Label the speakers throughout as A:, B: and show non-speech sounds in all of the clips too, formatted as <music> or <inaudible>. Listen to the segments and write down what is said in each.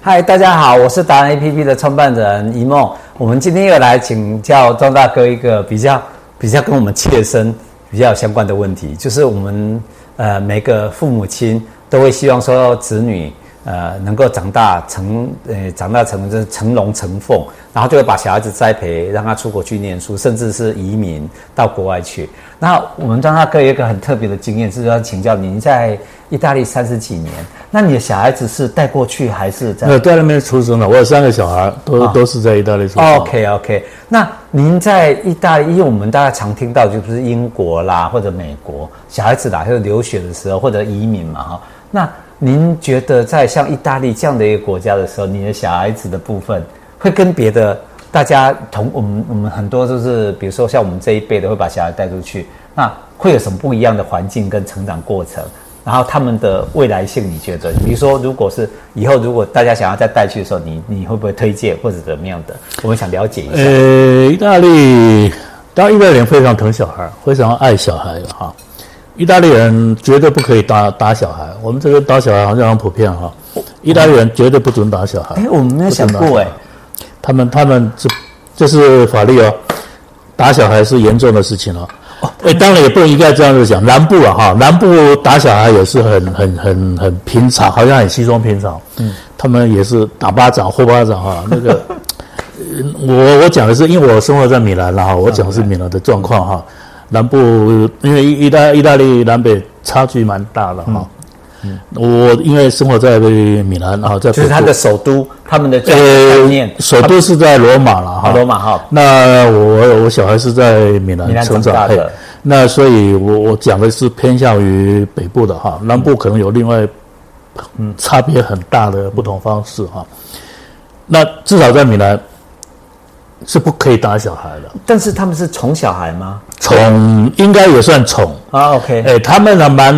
A: 嗨，大家好，我是达人 APP 的创办人一梦。我们今天又来请教庄大哥一个比较比较跟我们切身比较有相关的问题，就是我们呃每个父母亲都会希望说子女呃能够长大成呃长大成就是成龙成凤，然后就会把小孩子栽培，让他出国去念书，甚至是移民到国外去。那我们庄大哥有一个很特别的经验，是要请教您在意大利三十几年，那你的小孩子是带过去还是在？
B: 那在那边出生的，我有三个小孩，都、都是在意大利出生的。
A: OK OK，那您在意大利，因为我们大家常听到就是英国啦，或者美国小孩子啦，就是留学的时候或者移民嘛哈。那您觉得在像意大利这样的一个国家的时候，你的小孩子的部分会跟别的大家同我们我们很多就是比如说像我们这一辈的会把小孩带出去，那会有什么不一样的环境跟成长过程？然后他们的未来性，你觉得？比如说，如果是以后如果大家想要再带去的时候，你你会不会推荐或者怎么样的？我们想了解一下。
B: 呃，意大利，当然意大利人非常疼小孩，非常爱小孩的哈。意大利人绝对不可以打打小孩，我们这个打小孩好像很普遍哈。意大利人绝对不准打小孩
A: 哎、，我没有想过哎、
B: 他们他们这这是法律哦，打小孩是严重的事情哦。哎，当然也不能一概这样子讲。南部啊，哈，南部打小孩也是很很很很平常，好像很稀松平常。嗯，他们也是打巴掌、呼巴掌哈。那个， <laughs> 呃我我讲的是，因为我生活在米兰
A: 嗯
B: 了哈，我讲的是米兰的状况哈。南部因为意大意大利南北差距蛮大的哈。我因为生活在米兰啊，在
A: 嗯就是
B: 北
A: 他
B: 部
A: 的首都，他们的教育观
B: 呃
A: 念，，
B: 首都是在罗马了哈。
A: 啊罗马哈
B: 那我我小孩是在米兰
A: 米兰
B: 成
A: 长大
B: 长嘿
A: 的
B: 那所以我我讲的是偏向于北部的哈，南部可能有另外嗯差别很大的不同方式哈。那至少在米兰是不可以打小孩的，
A: 但是他们是宠小孩吗？
B: 宠应该也算宠。
A: 啊，OK，、
B: 哎，他们呢蛮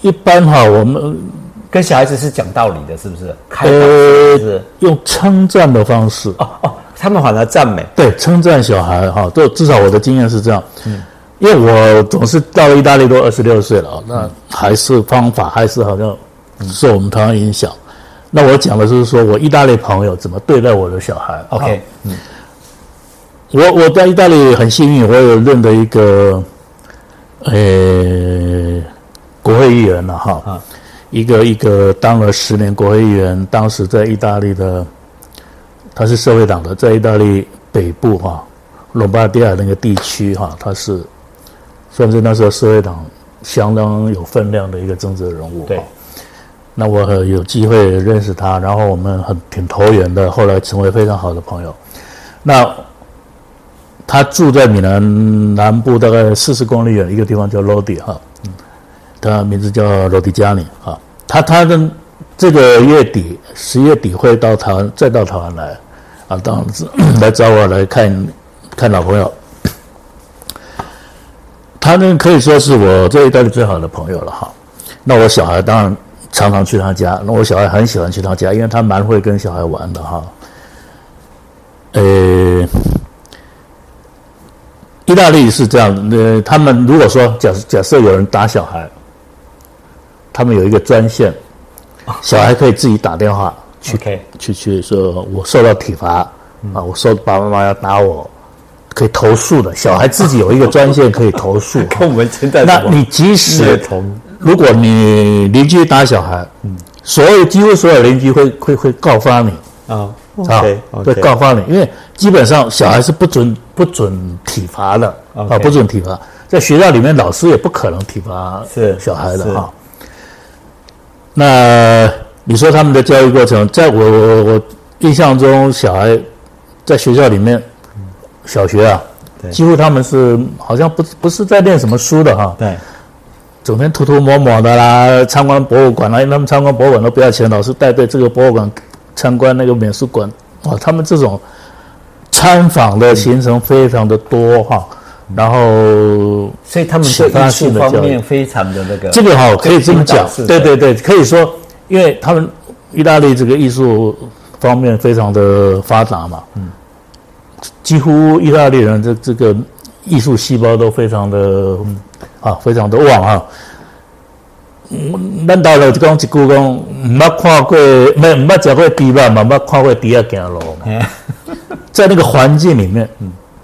B: 一般哈，我们
A: 跟小孩子是讲道理的，是不是？开导是
B: 呃
A: 不是？
B: 用称赞的方式
A: 哦哦，他们反而赞美，
B: 对，称赞小孩哈，都至少我的经验是这样。嗯，因为我总是到了意大利都二十六岁了啊，那还是方法还是好像受我们台湾影响。那我讲的就是说我意大利朋友怎么对待我的小孩。啊
A: OK
B: 我我在意大利很幸运，我有认得一个，呃，国会议员了哈，
A: 啊
B: 一个一个当了十年国会议员，当时在意大利的，他是社会党的，在意大利北部哈，隆巴第亚那个地区哈，他是算是那时候社会党相当有分量的一个政治人物。
A: 对
B: 哈那我呃有机会认识他，然后我们很挺投缘的，后来成为非常好的朋友。那他住在米兰南部大概四十公里远一个地方叫 Lodi 哈，嗯他名字叫 Lodi 加里哈。他他跟这个月底十月底会到台湾，再到台湾来啊，当然是来找我来看看老朋友。他呢可以说是我这一代的最好的朋友了哈。那我小孩当然常常去他家，那我小孩很喜欢去他家，因为他蛮会跟小孩玩的哈。呃，意大利是这样，呃，他们如果说假假设有人打小孩，他们有一个专线，小孩可以自己打电话去
A: OK
B: 去去说，我受到体罚啊，我受爸爸妈妈要打我，可以投诉的。小孩自己有一个专线可以投诉。
A: 跟我们现在
B: 那
A: 什么
B: 你即
A: 协
B: 使
A: 同嗯
B: 如果你邻居打小孩，所有几乎所有邻居会会会告发你
A: 啊
B: 啊
A: OK，
B: 会告发你，因为基本上小孩是不准不准体罚的啊，
A: OK
B: 不准体罚，在学校里面老师也不可能体罚
A: 是
B: 小孩的
A: 是
B: 哈。那你说他们的教育过程，在我我我印象中，小孩在学校里面，小学啊
A: 对，
B: 几乎他们是好像不不是在念什么书的哈，
A: 对
B: 整天涂涂抹抹的啦，参观博物馆啦，因为他们参观博物馆都不要钱，老师带队这个博物馆参观那个美术馆，哇，他们这种参访的行程非常的多哈，然后
A: 所以他们对
B: 启发
A: 艺术
B: 性的
A: 方
B: 教育
A: 面非常的那个
B: 这个哈、可以这么
A: 引
B: 讲
A: 导式，的
B: 对对对，可以说，因为他们意大利这个艺术方面非常的发达嘛，嗯，几乎意大利人这这个嗯艺术细胞都非常的啊非常的旺啊。嗯咱大陆就讲一句讲，毋捌看过，没毋捌食过猪肉嘛，毋捌看过猪仔行路嘛。在那个环境里面，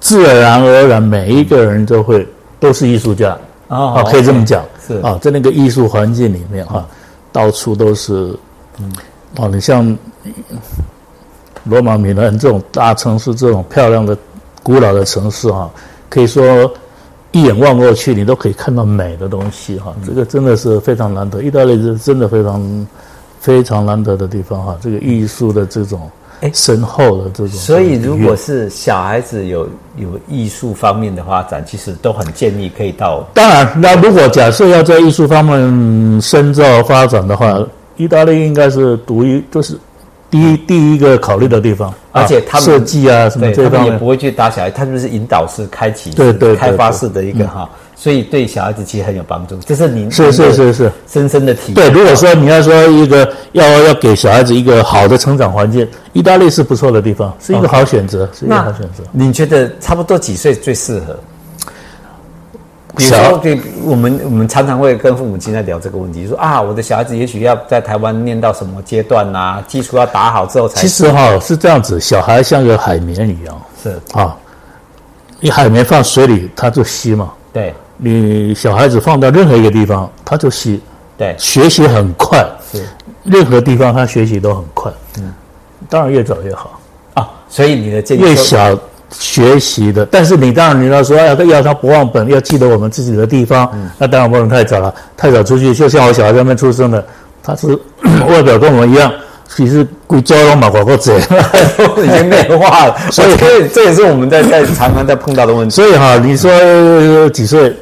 B: 自然而然每一个人都会都是艺术家啊，可以这么讲
A: 哦是
B: 啊，在那个艺术环境里面啊，到处都是，嗯，哦，你像罗马、米兰这种大城市，这种漂亮的、古老的城市啊，可以说一眼望过去，你都可以看到美的东西哈、
A: 嗯
B: 这个真的是非常难得，意大利是真的非常非常难得的地方哈、这个艺术的这种
A: 哎
B: 深厚的这种，
A: 所以，如果是小孩子有有艺术方面的发展，其实都很建议可以到
B: 当然，那如果假设要在艺术方面深造发展的话，意大利应该是独一，就是第一第一个考虑的地方。
A: 而且他们
B: 设计啊什么
A: 对
B: 这
A: 他
B: 方
A: 们也
B: 面
A: 不，会去打小孩，他们是引导式、开启式、
B: 对对对嗯
A: 开发式的一个哈，所以对小孩子其实很有帮助。这是您
B: 是是是是，
A: 深深的体验。
B: 对。如果说你要说一个要要给小孩子一个好的成长环境，意大利是不错的地方，是一个好选择，是一个好
A: 那
B: 选择。
A: 你觉得差不多几岁最适合？比如
B: 小
A: 说，对我们我们常常会跟父母亲在聊这个问题，说啊，我的小孩子也许要在台湾念到什么阶段啊，基础要打好之后才
B: 其实哈、是这样子，小孩像个海绵一样
A: 是
B: 啊，你海绵放水里它就吸嘛，
A: 对
B: 你小孩子放到任何一个地方它就吸。
A: 对
B: 学习很快，
A: 是
B: 任何地方他学习都很快。嗯，当然越早越好，
A: 啊，所以你的建议
B: 越
A: 说
B: 小学习的。但是你当然你要说要要他不忘本，要记得我们自己的地方，
A: 嗯
B: 那当然不能太早了。太早出去，就像我小孩在那边出生的，他
A: <coughs>
B: 是外表跟我们一样，其实贵州龙马广告贼。
A: <laughs> 已经内化了，
B: 所以
A: 我觉得这也是我们在在常常在碰到的问题。
B: 所以哈，你说呃几岁？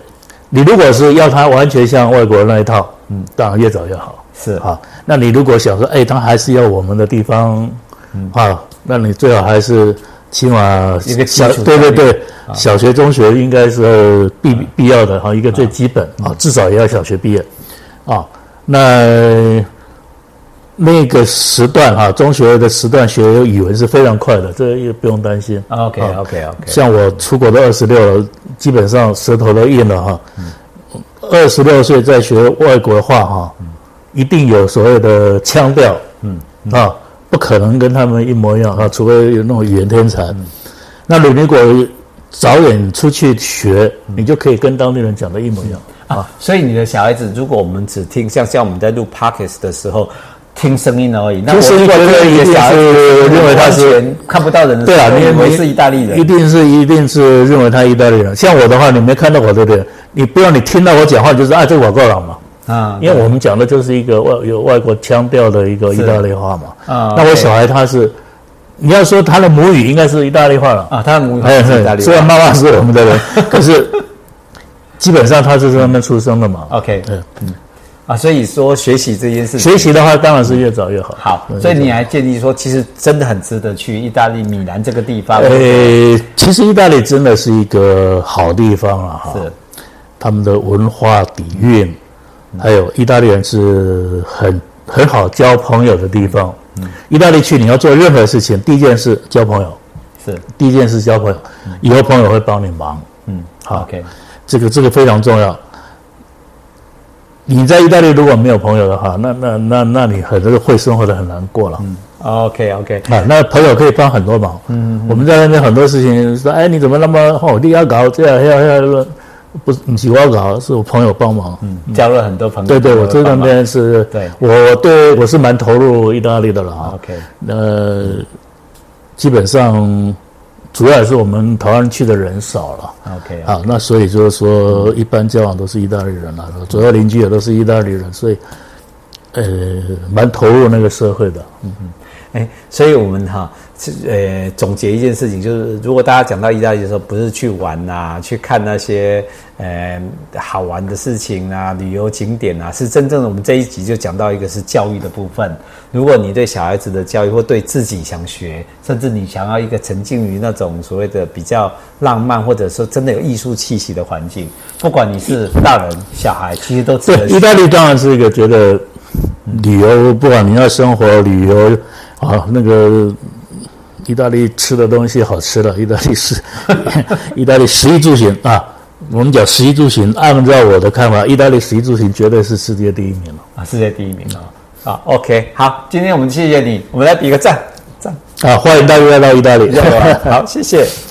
B: 你如果是要他完全像外国那一套，嗯，当然越早越好。
A: 是
B: 啊，那你如果想说，哎，他还是要我们的地方，嗯啊，那你最好还是起码
A: 一个基础
B: 小
A: 教育啊
B: 对对对，小学、中学应该是必必要的哈，一个最基本
A: 嗯
B: 啊，至少也要小学毕业啊。那那个时段哈，中学的时段学语文是非常快的，这也不用担心。
A: OK
B: 啊
A: OK OK，
B: 像我出国都二十六了，基本上舌头都硬了哈。二十六岁再学外国话哈，一定有所谓的腔调，嗯啊，不可能跟他们一模一样啊，除非有那种语言天才。那你如果早点出去学，你就可以跟当地人讲的一模一样。
A: 啊，所以你的小孩子，如果我们只听像像我们在录 Pockets 的时候听声音而已，那
B: 听
A: 我
B: 声音
A: 如果
B: 觉得
A: 对你的
B: 一定
A: 小孩子
B: 是认为他是
A: 完全看不到人的时
B: 对
A: 候，
B: 啊，
A: 我以
B: 你
A: 为是意大利
B: 一
A: 人，
B: 定是一定是认为他意大利人。像我的话，你没看到我对不对？你不要你听到我讲话，就是啊，这瓦格朗嘛。
A: 啊，
B: 因为我们讲的就是一个外有外国腔调的一个意大利话嘛。
A: 啊
B: 那我
A: OK
B: 小孩他是，你要说他的母语应该是意大利话了。
A: 啊，他的母语
B: <laughs> 哎
A: 是意大利
B: 虽
A: 人。
B: 然妈妈是我们的 <laughs> 人，可是基本上他是在那边出生的嘛。
A: OK
B: 对，
A: 啊，所以说学习这件事情
B: 嗯学习的话当然是越早越好。
A: 好，
B: 对
A: 所以你还建议说，其实真的很值得去意大利米兰这个地方，
B: 呃，其实意大利真的是一个好地方了哈。
A: 是
B: 他们的文化底蕴，还有意大利人是很很好交朋友的地方。意大利去你要做任何事情，第一件事交朋友，
A: 是
B: 第一件事交朋友，以后朋友会帮你忙。
A: 嗯
B: 好
A: ，OK
B: 这个这个非常重要。你在意大利如果没有朋友的话，那那那那你很会生活的很难过了。
A: OK OK，
B: 啊，那朋友可以帮很多忙。嗯，我们在那边很多事情说，哎，你怎么那么好？你要搞这样，要要要，不是不是我搞，是我朋友帮忙。嗯，
A: 交了很多朋友，
B: 对对，我在
A: 真
B: 那
A: 的没
B: 边是，
A: 对
B: 我我对我是蛮投入意大利的了啊。
A: OK
B: 呃，基本上主要还是我们台湾去的人少了。
A: OK
B: 啊，那所以就是说，一般交往都是意大利人了、主要邻居也都是意大利人，所以，呃，蛮投入那个社会的。
A: 哎，所以我们哈，是呃，总结一件事情，就是如果大家讲到意大利的时候，不是去玩啊，去看那些呃好玩的事情啊，旅游景点啊，是真正的。我们这一集就讲到一个是教育的部分。如果你对小孩子的教育，或对自己想学，甚至你想要一个沉浸于那种所谓的比较浪漫，或者说真的有艺术气息的环境，不管你是大人小孩，其实都值得
B: 对，意
A: 学。
B: 大利当然是一个觉得旅游，不管你要生活、旅游，啊，那个 <laughs> 意大利吃的东西好吃的，意大利是意大利食衣住行啊，我们讲食衣住行，按照我的看法，意大利食衣住行绝对是世界第一名了。
A: 啊，世界第一名啊！啊，OK，好，今天我们谢谢你，我们来比个赞，赞，
B: 啊，欢迎大家来到意大利，
A: 好，谢谢。
B: 谢谢。